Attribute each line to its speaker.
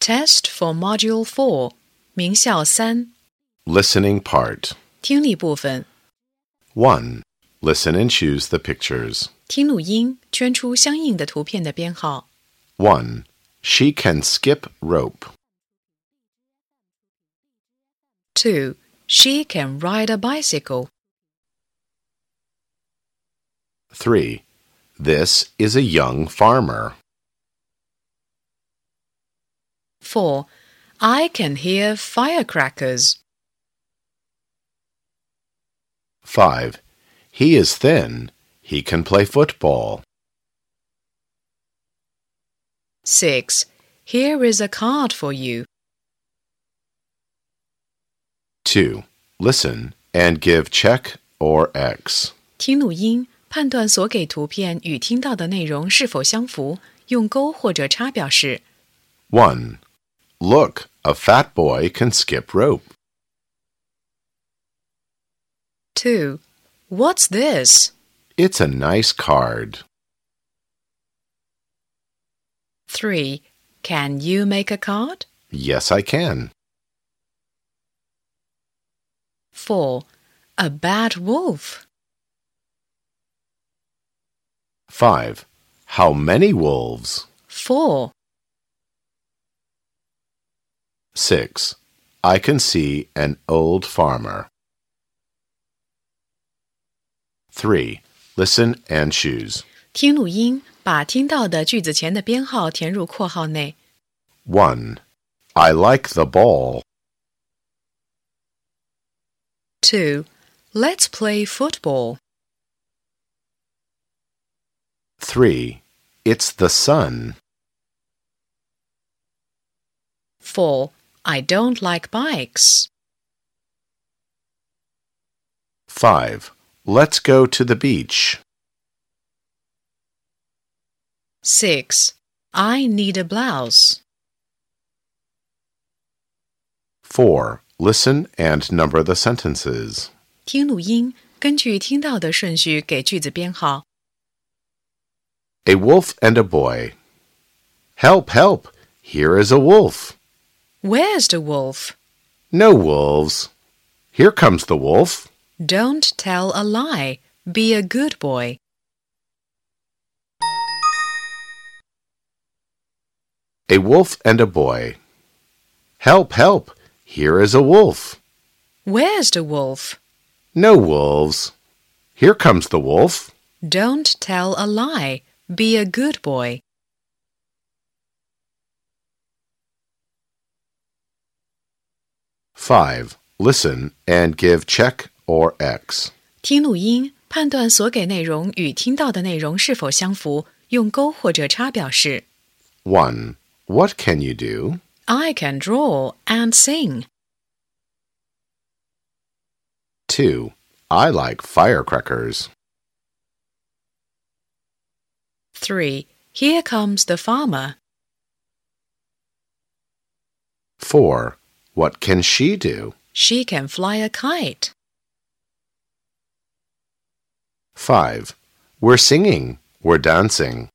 Speaker 1: Test for Module 4, 名校三
Speaker 2: Listening part.
Speaker 1: 听力部分，
Speaker 2: 1. Listen and choose the pictures.
Speaker 1: 听录音，圈出相应的图片的编号。
Speaker 2: 1. She can skip rope.
Speaker 1: 2. She can ride a bicycle.
Speaker 2: 3. This is a young farmer.
Speaker 1: 4. I can hear firecrackers.
Speaker 2: 5. He is thin. He can play football.
Speaker 1: 6. Here is a card for you.
Speaker 2: 2. Listen and give check or X.
Speaker 1: 听录音，判断所给图片与听到的内容是否相符，用勾或者叉表示。
Speaker 2: 1. Look, a fat boy can skip rope.
Speaker 1: 2. What's this?
Speaker 2: It's a nice card.
Speaker 1: 3. Can you make a card?
Speaker 2: Yes, I can.
Speaker 1: 4. A bad wolf.
Speaker 2: 5. How many wolves?
Speaker 1: 4.
Speaker 2: 6. I can see an old farmer. 3. Listen and choose.
Speaker 1: 听录音，把听到的句子前的编号填入括号内。
Speaker 2: 1. I like the ball.
Speaker 1: 2. Let's play football.
Speaker 2: 3. It's the sun.
Speaker 1: 4. I don't like bikes.
Speaker 2: 5. Let's go to the beach.
Speaker 1: 6. I need a blouse.
Speaker 2: 4. Listen and number the sentences.
Speaker 1: 听录音，根据听到的顺序给句子编号。
Speaker 2: A wolf and a boy. Help, help! Here is a wolf.
Speaker 1: Where's the wolf?
Speaker 2: No wolves. Here comes the wolf.
Speaker 1: Don't tell a lie. Be a good boy.
Speaker 2: A wolf and a boy. Help, help! Here is a wolf.
Speaker 1: Where's the wolf?
Speaker 2: No wolves. Here comes the wolf.
Speaker 1: Don't tell a lie. Be a good boy.
Speaker 2: Five. Listen and give check or X.
Speaker 1: 听录音，判断所给内容与听到的内容是否相符，用勾或者叉表示。
Speaker 2: One. What can you do?
Speaker 1: I can draw and sing.
Speaker 2: Two. I like firecrackers.
Speaker 1: 3. Here comes the farmer.
Speaker 2: Four. What can she do?
Speaker 1: She can fly a kite.
Speaker 2: Five. We're singing. We're dancing.